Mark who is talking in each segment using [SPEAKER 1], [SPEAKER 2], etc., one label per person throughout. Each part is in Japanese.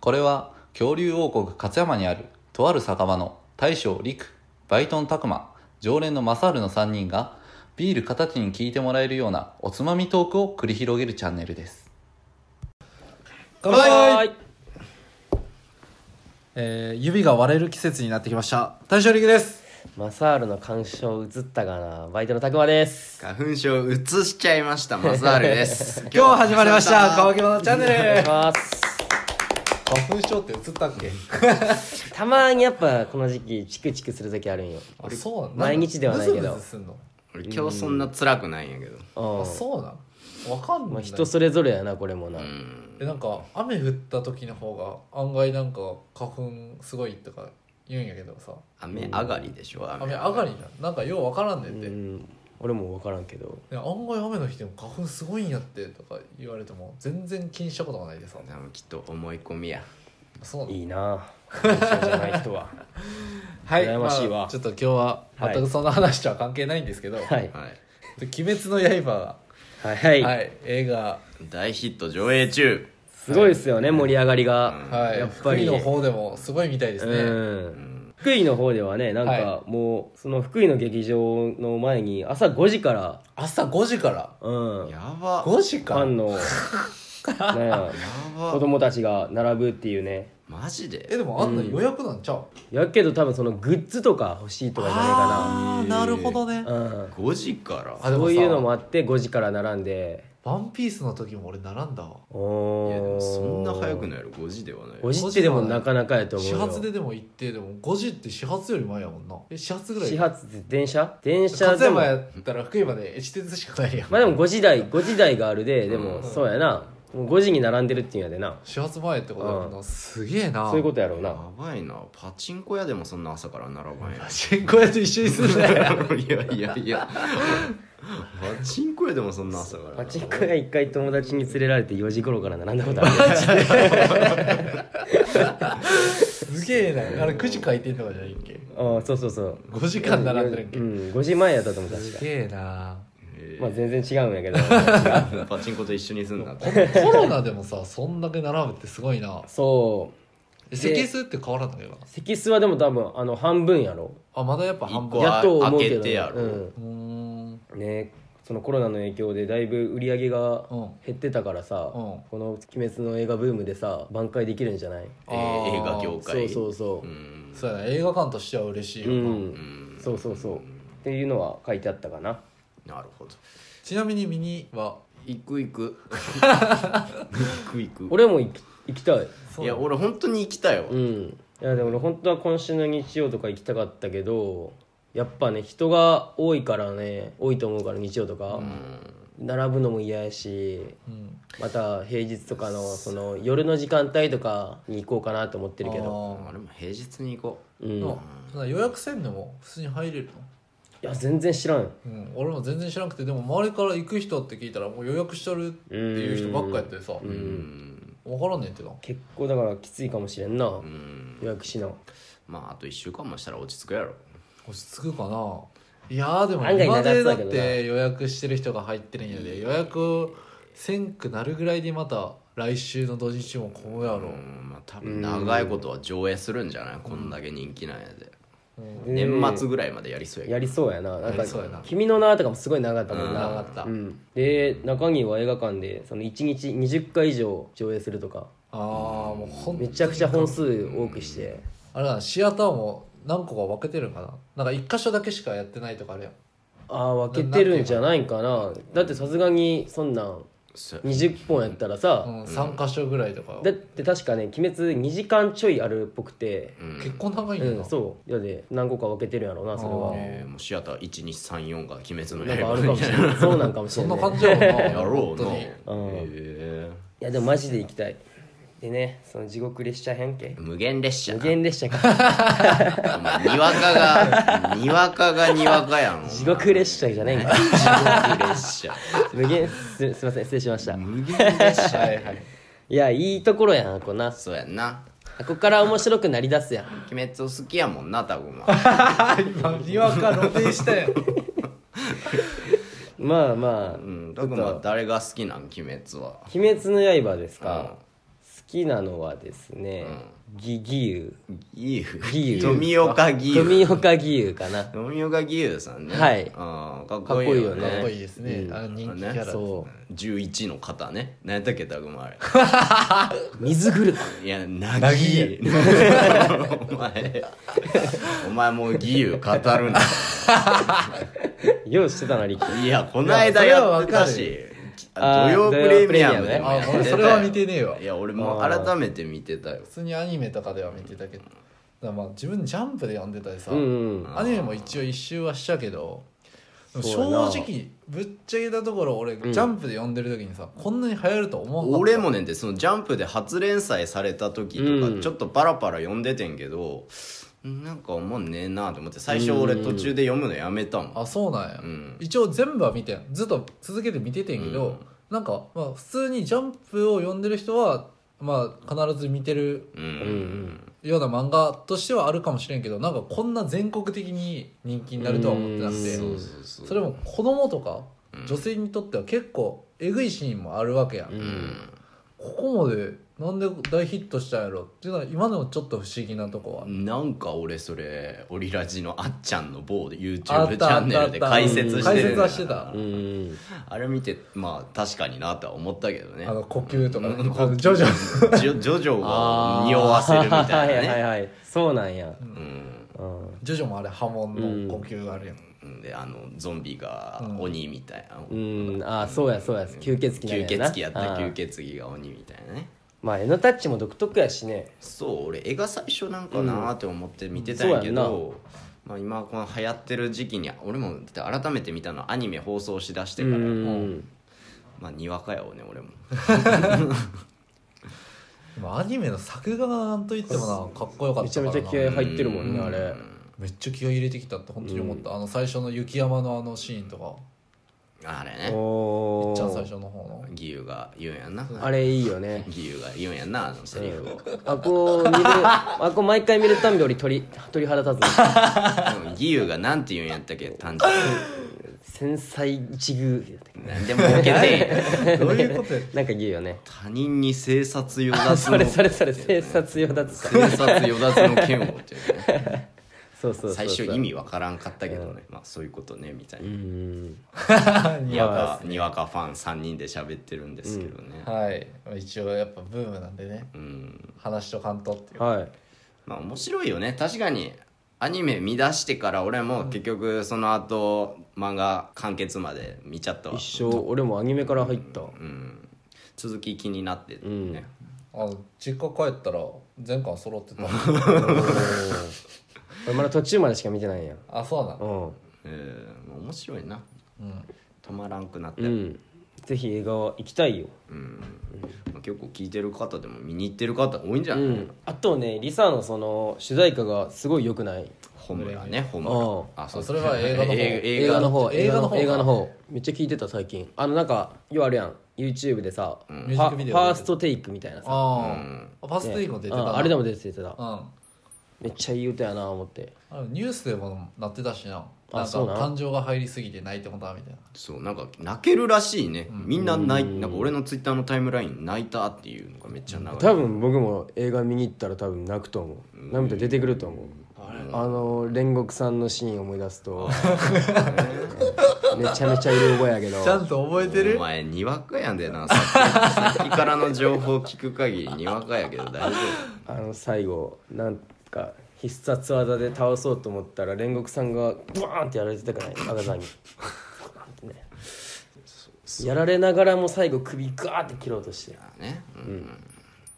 [SPEAKER 1] これは恐竜王国勝山にあるとある酒場の大将陸バイトン拓磨常連のマサールの3人がビール形に聞いてもらえるようなおつまみトークを繰り広げるチャンネルです
[SPEAKER 2] 乾杯えー、指が割れる季節になってきました大将陸です
[SPEAKER 3] マサールの鑑賞映ったかなバイトのたくまです
[SPEAKER 4] 花粉症移しちゃいま したマサールです
[SPEAKER 2] 今日始まりました乾き物チャンネ
[SPEAKER 3] お願い
[SPEAKER 2] ル
[SPEAKER 3] します
[SPEAKER 2] 花粉症って映ったっけ
[SPEAKER 3] たまにやっぱこの時期チクチクする時あるんよ
[SPEAKER 2] あそうなん
[SPEAKER 3] 毎日ではないけど
[SPEAKER 2] むずむずすんの
[SPEAKER 4] 俺今日そんな辛くないんやけど
[SPEAKER 3] うん
[SPEAKER 2] あそうなんわかんない、
[SPEAKER 3] まあ人それぞれやなこれもな、
[SPEAKER 2] えなんか雨降った時の方が案外なんか花粉すごいとか言うんやけどさ
[SPEAKER 4] 雨上がりでしょ
[SPEAKER 2] 雨
[SPEAKER 4] 雨
[SPEAKER 2] 上がりななんかようわからんねんて、
[SPEAKER 3] うん俺も分からんけど
[SPEAKER 2] で案外雨の日でも花粉すごいんやってとか言われても全然気にしたことがないでさ
[SPEAKER 4] 多分きっと思い込みや
[SPEAKER 2] そうなん
[SPEAKER 3] いいな鑑賞じゃない人は
[SPEAKER 2] はい
[SPEAKER 3] 羨ましいわ
[SPEAKER 2] あちょっと今日は
[SPEAKER 3] はい
[SPEAKER 2] 全くそんな話とは関係ないんですけど 「
[SPEAKER 3] はい
[SPEAKER 4] はい
[SPEAKER 2] 鬼滅の刃が」
[SPEAKER 3] はいはい、
[SPEAKER 2] はい、映画
[SPEAKER 4] 大ヒット上映中
[SPEAKER 3] すごいですよね盛り上がりが、
[SPEAKER 2] はい、
[SPEAKER 3] やっぱり
[SPEAKER 2] 福井の方でもすごいみたいですね、
[SPEAKER 3] うん福井の方ではねなんか
[SPEAKER 2] は
[SPEAKER 3] もうその福井の劇場の前に朝5時から、
[SPEAKER 2] 朝5時から
[SPEAKER 3] うん、フ
[SPEAKER 4] やば
[SPEAKER 2] 5時か
[SPEAKER 3] ァンの なんや
[SPEAKER 4] や
[SPEAKER 3] 子
[SPEAKER 4] ば
[SPEAKER 3] 供たちが並ぶっていうね
[SPEAKER 4] マジ
[SPEAKER 2] え
[SPEAKER 4] で
[SPEAKER 2] でもあんな予約なんちゃう、
[SPEAKER 3] やけど多分そのグッズとか欲しいとかじゃ
[SPEAKER 2] ああーなるほどね
[SPEAKER 3] ないかな、うん、
[SPEAKER 4] 5時から
[SPEAKER 2] あでも
[SPEAKER 3] そ
[SPEAKER 2] さ
[SPEAKER 3] ういうのもあって5時から並んで
[SPEAKER 2] ワンピースの時も俺並んだわ
[SPEAKER 3] お
[SPEAKER 4] いやでも
[SPEAKER 3] ー
[SPEAKER 4] そんな早くないやろ5時ではない
[SPEAKER 3] 5時ってでもなかなかやと思う
[SPEAKER 2] 始
[SPEAKER 3] よ
[SPEAKER 2] 発ででも行ってでも5時って始発より前やもんなえ始発ぐらい
[SPEAKER 3] 始発って電車電車
[SPEAKER 2] 勝
[SPEAKER 3] でも
[SPEAKER 2] 山やったら福井まで地鉄しかないやん
[SPEAKER 3] まあでも5時台5時台があるででもそうやなもう5時に並んでるっていうんやでな
[SPEAKER 2] 始発前ってことやもんな、
[SPEAKER 3] う
[SPEAKER 2] すげえな
[SPEAKER 3] そういうことやろう
[SPEAKER 4] や
[SPEAKER 3] な
[SPEAKER 4] ばいなパチンコ屋でもそんな朝から並ばんや
[SPEAKER 2] パチンコ屋と一緒にすんなよ
[SPEAKER 4] いやいやいやパチンコ屋でもそんな朝から
[SPEAKER 3] パチ
[SPEAKER 4] 並
[SPEAKER 3] ンコ屋一回友達に連れられて4時頃から並んだことある
[SPEAKER 2] すげえなあれ9時開店とかじゃないっけ
[SPEAKER 3] ああそうそうそう
[SPEAKER 2] 5時間並んでるっけ、
[SPEAKER 3] うん5時前やったと思う確か
[SPEAKER 2] すげえな
[SPEAKER 3] まあ全然違うんやけど
[SPEAKER 4] ばん やパチンコと一緒にすんなって
[SPEAKER 2] コロナでもさそんだけ並ぶってすごいな
[SPEAKER 3] そう
[SPEAKER 2] え席数って変わらんだけどな
[SPEAKER 3] 席数はでも多分あの半分やろ
[SPEAKER 2] あまだやっぱ半分
[SPEAKER 4] う一わ
[SPEAKER 3] やっと思うけど
[SPEAKER 4] 開けてやろ
[SPEAKER 3] うん
[SPEAKER 2] うーん
[SPEAKER 3] ねそのコロナの影響でだいぶ売り上げが
[SPEAKER 2] うん
[SPEAKER 3] 減ってたからさ、この「鬼滅」の映画ブームでさ挽回できるんじゃない
[SPEAKER 4] えー映画業
[SPEAKER 3] そう
[SPEAKER 4] 界
[SPEAKER 3] そうそう、
[SPEAKER 4] うん
[SPEAKER 2] そうやな映画館としては嬉しいよ
[SPEAKER 3] う
[SPEAKER 2] な、
[SPEAKER 3] ん、そうそうそうっていうのは書いてあったかな
[SPEAKER 4] なるほど
[SPEAKER 2] ちなみにミニは
[SPEAKER 4] 行く行く行く行く
[SPEAKER 3] 俺も行き行きたい
[SPEAKER 4] いや俺本当に行きたいわ、
[SPEAKER 3] うんいやでも俺本当は今週の日曜とか行きたかったけどやっぱね人が多いからね多いと思うから日曜とか、並ぶのも嫌やし
[SPEAKER 2] うん
[SPEAKER 3] また平日とかのその夜の時間帯とかに行こうかなと思ってるけど
[SPEAKER 2] あー
[SPEAKER 4] 俺も平日に行こ
[SPEAKER 3] う
[SPEAKER 2] で
[SPEAKER 3] んい
[SPEAKER 2] もそんな予約せんでも普通に入れる
[SPEAKER 3] や全然知らん
[SPEAKER 2] の、うん、俺も全然知らなくてでも周りから行く人って聞いたらもう予約しとるっていう人ばっかやってさ
[SPEAKER 3] う
[SPEAKER 4] ううんん
[SPEAKER 2] 分からんねんってな
[SPEAKER 3] 結構だからきついかもしれんな
[SPEAKER 4] うん
[SPEAKER 3] 予約しな
[SPEAKER 4] まああと1週間もしたら落ち着くやろ
[SPEAKER 2] 落ち着くかないやーでも
[SPEAKER 3] 案外
[SPEAKER 2] 今まで
[SPEAKER 3] 長そうだ
[SPEAKER 2] だっ
[SPEAKER 3] けどな
[SPEAKER 2] て予約してる人が入ってるんやで予約せんくなるぐらいでまた来週の土日もこうやろ
[SPEAKER 4] うんまあ多分長いことは上映するんじゃないこんだけ人気なんやで、年末ぐらいまでやりそうや
[SPEAKER 3] やりそうやななん
[SPEAKER 2] や
[SPEAKER 3] か
[SPEAKER 2] りそうやな
[SPEAKER 3] 「君の名」とかもすごい長かったもん
[SPEAKER 2] な
[SPEAKER 3] な
[SPEAKER 2] かった、
[SPEAKER 3] うん、で中銀は映画館でその1日20回以上上映するとか
[SPEAKER 2] ああもうほん
[SPEAKER 3] めちゃくちゃ本数多くして
[SPEAKER 2] あれだなシアターも何個か分けてるんかななんか1箇所だけしかやってないとかあるやん
[SPEAKER 3] ああ分けてるんじゃないんかなだってさすがにそんなん
[SPEAKER 4] そ
[SPEAKER 3] 20本やったらさ、
[SPEAKER 2] うん、3箇所ぐらいとか、
[SPEAKER 3] だって確かね「鬼滅」2時間ちょいあるっぽくて、
[SPEAKER 2] 結構長いん
[SPEAKER 3] う
[SPEAKER 2] だ
[SPEAKER 3] ん
[SPEAKER 2] な、
[SPEAKER 3] そうやで何個か分けてるんやろうなそれは
[SPEAKER 4] えーもうシアター1234が「鬼滅の
[SPEAKER 3] なん
[SPEAKER 4] 刃
[SPEAKER 3] かあ」るかもしれないそうなんかもし
[SPEAKER 2] そ
[SPEAKER 3] れ
[SPEAKER 2] ん
[SPEAKER 3] な
[SPEAKER 2] ない感じやもんな
[SPEAKER 4] やろうな
[SPEAKER 2] 本当に
[SPEAKER 4] へ
[SPEAKER 3] うん
[SPEAKER 4] え
[SPEAKER 3] いやでもマジで行きたいでねその地獄列車変形
[SPEAKER 4] 無限列車
[SPEAKER 3] 無
[SPEAKER 4] な
[SPEAKER 3] 限列車か
[SPEAKER 4] お前にわかがにわかがにわかやん
[SPEAKER 3] 地獄列車じゃない んか
[SPEAKER 4] 地獄列車
[SPEAKER 3] 無限すすいません失礼しました
[SPEAKER 4] 無限列車
[SPEAKER 2] はいはい
[SPEAKER 3] いやいいところやんこんな
[SPEAKER 4] そうやんな
[SPEAKER 3] ここから面白くなりだすやん
[SPEAKER 4] 鬼滅を好きやもんなタグマ
[SPEAKER 2] 今にわか露呈したやん
[SPEAKER 3] まあまあ、
[SPEAKER 4] うんタグマ誰が好きなん鬼滅は
[SPEAKER 3] 鬼滅の刃」ですか、きなのはですね、ぎぎ
[SPEAKER 4] ギフ
[SPEAKER 3] ギフ
[SPEAKER 4] 富岡
[SPEAKER 3] 牛
[SPEAKER 4] ギフ
[SPEAKER 3] 富岡牛かな
[SPEAKER 4] 富岡義勇さんね
[SPEAKER 3] はい
[SPEAKER 4] あーかっ
[SPEAKER 3] かっ
[SPEAKER 4] こいい
[SPEAKER 3] こいい
[SPEAKER 4] よ
[SPEAKER 3] よ
[SPEAKER 4] ね
[SPEAKER 3] ね
[SPEAKER 2] かっこいいですね、
[SPEAKER 3] うん
[SPEAKER 2] あの人気キャラです、
[SPEAKER 3] そ
[SPEAKER 4] 11の方ね何やったっけタグマあれ
[SPEAKER 3] う水車
[SPEAKER 4] いやなぎお前お前もう義勇語るな
[SPEAKER 3] ようしてたなリキ
[SPEAKER 4] いやこの間やってた
[SPEAKER 2] い
[SPEAKER 4] し
[SPEAKER 3] や
[SPEAKER 4] 土
[SPEAKER 3] それはわかる
[SPEAKER 4] 曜プレミアムでもや
[SPEAKER 2] あ
[SPEAKER 4] ってたよ
[SPEAKER 2] 俺それは見てねえわ
[SPEAKER 4] いや俺も改めて見てたよ
[SPEAKER 2] 普通にアニメとかでは見てたけどだからまあ自分ジャンプで読んでたりさ、
[SPEAKER 3] うんうん
[SPEAKER 2] アニメも一応一周はしたけどでも
[SPEAKER 3] そうやな
[SPEAKER 2] 正直ぶっちゃけたところ俺、ジャンプで読んでる時にさこんなに流行ると思わなかった
[SPEAKER 4] 俺もねでそのジャンプで初連載された時と
[SPEAKER 3] う
[SPEAKER 4] か
[SPEAKER 3] ん
[SPEAKER 4] ちょっとパラパラ読んでてんけど、なんか思んねえなと思って最初俺途中で読むのやめたもん、
[SPEAKER 2] あそうなんや、
[SPEAKER 4] うん
[SPEAKER 2] 一応全部は見てんずっと続けて見ててんけど、なんかまあ普通にジャンプを読んでる人はまあ必ず見てる
[SPEAKER 4] うん
[SPEAKER 2] ような漫画としてはあるかもしれんけどなんかこんな全国的に人気になるとは思ってなくて
[SPEAKER 4] そうそうそう
[SPEAKER 2] それも子供とか女性にとっては結構えぐいシーンもあるわけやん、
[SPEAKER 4] うん
[SPEAKER 2] ここまでなんで大ヒットしたんやろっていうのは今でもちょっと不思議なとこは
[SPEAKER 4] なんか俺それオリラジのあっちゃんの某 YouTube チ
[SPEAKER 2] あった
[SPEAKER 4] ャンネルで解説してる
[SPEAKER 2] 解説はしてた
[SPEAKER 3] うん
[SPEAKER 4] あれ見てまあ確かになとは思ったけどね
[SPEAKER 2] あの呼吸とか、
[SPEAKER 4] うん
[SPEAKER 2] あのジョジョ
[SPEAKER 4] ジョジョジョ
[SPEAKER 3] あ
[SPEAKER 4] を
[SPEAKER 3] ー
[SPEAKER 4] 匂わせるみたいなね
[SPEAKER 3] はいはいはいそうなんや
[SPEAKER 4] うん
[SPEAKER 3] うん
[SPEAKER 2] ジョジョもあれ波紋の呼吸があるやん、
[SPEAKER 4] であのゾンビが鬼みたいな、
[SPEAKER 3] うんあーそうやそうや吸血鬼
[SPEAKER 4] 吸
[SPEAKER 3] なん
[SPEAKER 4] 血
[SPEAKER 3] やな
[SPEAKER 4] 鬼やった
[SPEAKER 3] あー
[SPEAKER 4] 吸血鬼が鬼みたいなね
[SPEAKER 3] まあ絵のタッチも独特やしね
[SPEAKER 4] そう俺絵が最初なんかなーって思って見てたんやけど、まあ、今この流行ってる時期に俺もだって改めて見たのアニメ放送しだして
[SPEAKER 3] う
[SPEAKER 4] から、
[SPEAKER 3] ん
[SPEAKER 4] まあにわかやをね俺も
[SPEAKER 2] でもアニメの作画がなんといってもなかっこよかっ
[SPEAKER 3] めち
[SPEAKER 2] た
[SPEAKER 3] ゃ
[SPEAKER 2] から
[SPEAKER 3] め
[SPEAKER 2] な
[SPEAKER 3] ちゃ気合入ってるもんね
[SPEAKER 2] うん
[SPEAKER 3] あれ
[SPEAKER 2] めっちゃ気合い入れてきたって本当に思った、あの最初の雪山のあのシーンとか
[SPEAKER 4] あれね
[SPEAKER 3] お
[SPEAKER 2] いっちゃん最
[SPEAKER 3] ー
[SPEAKER 2] 初の方 の
[SPEAKER 4] 義勇が言うんやんな
[SPEAKER 3] あれいいよね
[SPEAKER 4] 義勇が言うんやんなあのセリフを
[SPEAKER 3] あこう見るあこう毎回見るたんび俺鳥鳥肌立つの
[SPEAKER 4] でも義勇がなんて言うんやったっけ単純
[SPEAKER 3] 繊細一遇
[SPEAKER 4] に何でもボケてんやん
[SPEAKER 2] どういうことや
[SPEAKER 3] なんか言うよね
[SPEAKER 4] 他人に生殺与
[SPEAKER 3] あ
[SPEAKER 4] 奪
[SPEAKER 3] そ
[SPEAKER 4] の
[SPEAKER 3] れそれそれ生殺用だっつった
[SPEAKER 4] 生殺与奪の剣をっていうね
[SPEAKER 3] そうそうそうそう
[SPEAKER 4] 最初意味わからんかったけどね、まあそういうことねみたいうな、
[SPEAKER 3] ん
[SPEAKER 4] にわかにわかファン3人で喋ってるんですけどね、
[SPEAKER 2] はい一応やっぱブームなんでね
[SPEAKER 4] うん
[SPEAKER 2] 話と関東っていう
[SPEAKER 3] はい
[SPEAKER 4] まあ面白いよね確かにアニメ見出してから俺も結局その後漫画完結まで見ちゃったわ、
[SPEAKER 3] 一生俺もアニメから入った
[SPEAKER 4] うん、続き気になっててね、
[SPEAKER 2] あの実家帰ったら全巻 揃ってた
[SPEAKER 3] 俺まだ途中までしか見てないんや
[SPEAKER 2] あそうなの
[SPEAKER 3] うん
[SPEAKER 4] えーまあ面白いな
[SPEAKER 2] うん
[SPEAKER 4] 止まらんくなって、
[SPEAKER 3] うんぜひ映画は行きたいよ
[SPEAKER 4] まあ結構聞いてる方でも見に行ってる方多いんじゃ
[SPEAKER 3] う
[SPEAKER 4] ない、
[SPEAKER 3] んあとねリサのその主題歌がすごい良くない
[SPEAKER 4] ホムラねホム
[SPEAKER 3] うん
[SPEAKER 4] ラあ
[SPEAKER 2] あそれは映画の方
[SPEAKER 4] 映映
[SPEAKER 3] 映画の方
[SPEAKER 2] 映
[SPEAKER 3] 映
[SPEAKER 2] 画
[SPEAKER 3] 画
[SPEAKER 2] の
[SPEAKER 3] の
[SPEAKER 2] 方
[SPEAKER 3] 方映画の方めっちゃ聞いてた最近あのなんかようあるやん YouTube でさ、
[SPEAKER 2] ミュージ
[SPEAKER 3] ファ
[SPEAKER 2] ック
[SPEAKER 3] フ
[SPEAKER 2] ビデ
[SPEAKER 3] ァ
[SPEAKER 2] オ
[SPEAKER 3] ーストテイクみたいなさ
[SPEAKER 2] あ
[SPEAKER 4] うん
[SPEAKER 2] あファーストテイクも出てた
[SPEAKER 3] うん
[SPEAKER 2] な
[SPEAKER 3] あれでも出てた
[SPEAKER 2] うんあ
[SPEAKER 3] めっちゃいい歌やな思って
[SPEAKER 2] のニュースでもなってたしな
[SPEAKER 3] あ
[SPEAKER 2] なん
[SPEAKER 3] そうな
[SPEAKER 2] か
[SPEAKER 3] ん
[SPEAKER 2] 感情が入りすぎて泣いてもだみたいな
[SPEAKER 4] そうなんか泣けるらしいね、みんな泣いなんか俺のツイッターのタイムライン泣いたっていうのがめっちゃ長い
[SPEAKER 3] 多分僕も映画見に行ったら多分泣くと思う涙出てくると思うあの煉獄さんのシーン思い出すとめちゃめちゃ色覚えやけ
[SPEAKER 2] ちゃ
[SPEAKER 3] ど
[SPEAKER 2] んと覚えて
[SPEAKER 4] お
[SPEAKER 2] る
[SPEAKER 4] 前にわかやんでなさっきさっきからの情報聞く限りにわかやけど大丈
[SPEAKER 3] あの最後なんか必殺技で倒そうと思ったら煉獄さんがブワーンってやられてたからね赤座にブワーンってねやられながらも最後首ガーって切ろうとして
[SPEAKER 4] 夫ね、うん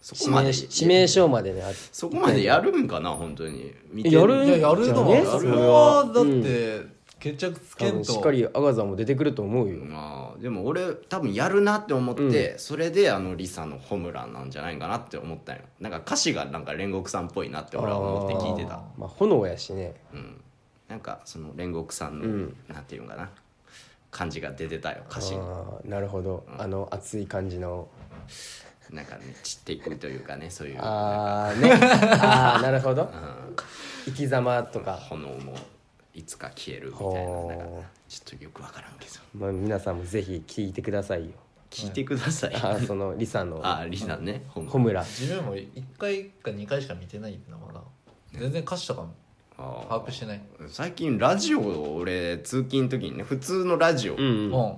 [SPEAKER 4] そ
[SPEAKER 3] 致
[SPEAKER 4] こま
[SPEAKER 3] 命
[SPEAKER 4] で
[SPEAKER 3] 致命傷までねあ
[SPEAKER 4] そこまでやるんかな本当に見て
[SPEAKER 3] やる
[SPEAKER 2] いややるのは
[SPEAKER 3] じゃあね
[SPEAKER 2] や
[SPEAKER 3] そ
[SPEAKER 2] る
[SPEAKER 3] れは
[SPEAKER 2] はだって決着つけ
[SPEAKER 3] 多
[SPEAKER 2] ん
[SPEAKER 3] 分しっ
[SPEAKER 2] と
[SPEAKER 3] かり赤座も出てくると思うよ
[SPEAKER 4] まあでも俺多分やるなって思って、それであのリサのホムランなんじゃないかなって思ったよなんか歌詞がなんか煉獄さんっぽいなって俺は思って聞いてた
[SPEAKER 3] まあ炎やしね
[SPEAKER 4] うん、なんかその煉獄さんの、なんていうんかな感じが出てたよ歌詞に
[SPEAKER 3] あーなるほどあの熱い感じの
[SPEAKER 4] なんかね散っていくというかねそういう
[SPEAKER 3] あ あねああなるほど生き様とか
[SPEAKER 4] 炎もいつか消えるみたいな
[SPEAKER 3] ほう
[SPEAKER 4] なんかちょっとよくわからんけど
[SPEAKER 3] まあ皆さんもぜひ聞いてくださいよ
[SPEAKER 4] 聞いてください。
[SPEAKER 3] あそのリサの
[SPEAKER 4] あ、リサね、ホ
[SPEAKER 3] ホムラ
[SPEAKER 2] 自分も1回か2回しか見てないんだまだ全然歌詞とかも
[SPEAKER 4] あ
[SPEAKER 2] 把握してない
[SPEAKER 4] ー最近ラジオを俺通勤の時にね普通のラジオ、
[SPEAKER 3] うん
[SPEAKER 2] うん
[SPEAKER 3] うん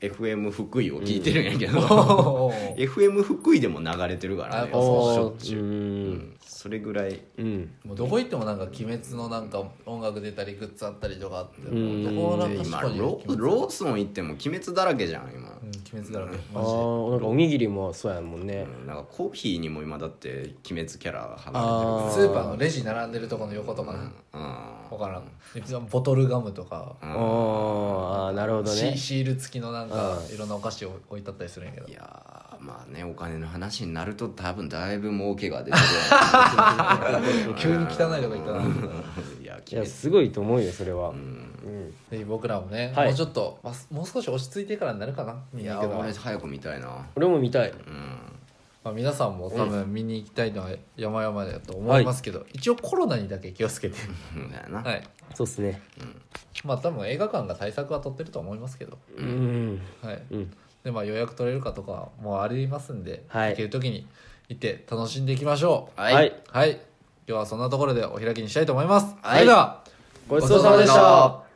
[SPEAKER 4] FM 福井を聞いてるんやけど、
[SPEAKER 2] お ー
[SPEAKER 4] FM 福井でも流れてるからね
[SPEAKER 2] あ
[SPEAKER 4] しょっちゅう、う
[SPEAKER 3] うん
[SPEAKER 4] ん、それぐらい
[SPEAKER 3] うん
[SPEAKER 2] もうどこ行ってもなんか鬼滅のなんか音楽出たりグッズあったりとかあって
[SPEAKER 3] ん
[SPEAKER 2] どこもなんか確
[SPEAKER 4] 今
[SPEAKER 2] かに
[SPEAKER 4] ロ
[SPEAKER 2] 鬼滅
[SPEAKER 4] ローソン行っても鬼滅だらけじゃん今
[SPEAKER 2] う、ん、鬼滅だらけ
[SPEAKER 3] あ
[SPEAKER 2] マジで
[SPEAKER 3] ーなんかおにぎりもそうやもんね
[SPEAKER 4] うんなんかコーヒーにも今だって鬼滅キャラ離れて
[SPEAKER 3] あ
[SPEAKER 2] スーパーのレジ並んでるとこの横とかね
[SPEAKER 4] るから
[SPEAKER 2] 分からん一番ボトルガムとか
[SPEAKER 3] あーあーなるほど
[SPEAKER 2] シ
[SPEAKER 3] ね
[SPEAKER 2] シール付きのなんか
[SPEAKER 3] う
[SPEAKER 2] いろんなお菓子を置いてあったりするんやけど
[SPEAKER 4] いやーまあねお金の話になると多分だいぶ儲けが出てくる
[SPEAKER 2] 急に汚いと か言ったな
[SPEAKER 4] や
[SPEAKER 2] い
[SPEAKER 3] い
[SPEAKER 4] 鬼
[SPEAKER 3] や
[SPEAKER 4] 滅
[SPEAKER 3] すごいと思うよそれは
[SPEAKER 4] うん
[SPEAKER 3] うん
[SPEAKER 2] で僕らもね、
[SPEAKER 3] はい
[SPEAKER 2] もうちょっと、まあ、もう少し落ち着いてからになるかな見
[SPEAKER 4] い
[SPEAKER 2] に
[SPEAKER 4] や
[SPEAKER 2] 行くのは
[SPEAKER 4] 俺早く見たいな
[SPEAKER 3] 俺も見たい
[SPEAKER 4] うん
[SPEAKER 2] まあ、皆さんも多分見に行きたいのは山々だと思いますけど、一応コロナにだけ気をつけて
[SPEAKER 4] そうだよな、
[SPEAKER 2] はい
[SPEAKER 3] そうっすね
[SPEAKER 2] まあ多分映画館が対策は取ってると思いますけど、
[SPEAKER 3] うん
[SPEAKER 2] はい
[SPEAKER 3] うん
[SPEAKER 2] でまあ、予約取れるかとかもありますんで、
[SPEAKER 3] はい
[SPEAKER 2] 行ける時に行って楽しんでいきましょう
[SPEAKER 3] はい
[SPEAKER 2] はい今日はそんなところでお開きにしたいと思います、
[SPEAKER 4] はい
[SPEAKER 2] それでは
[SPEAKER 3] ごちそうさまでした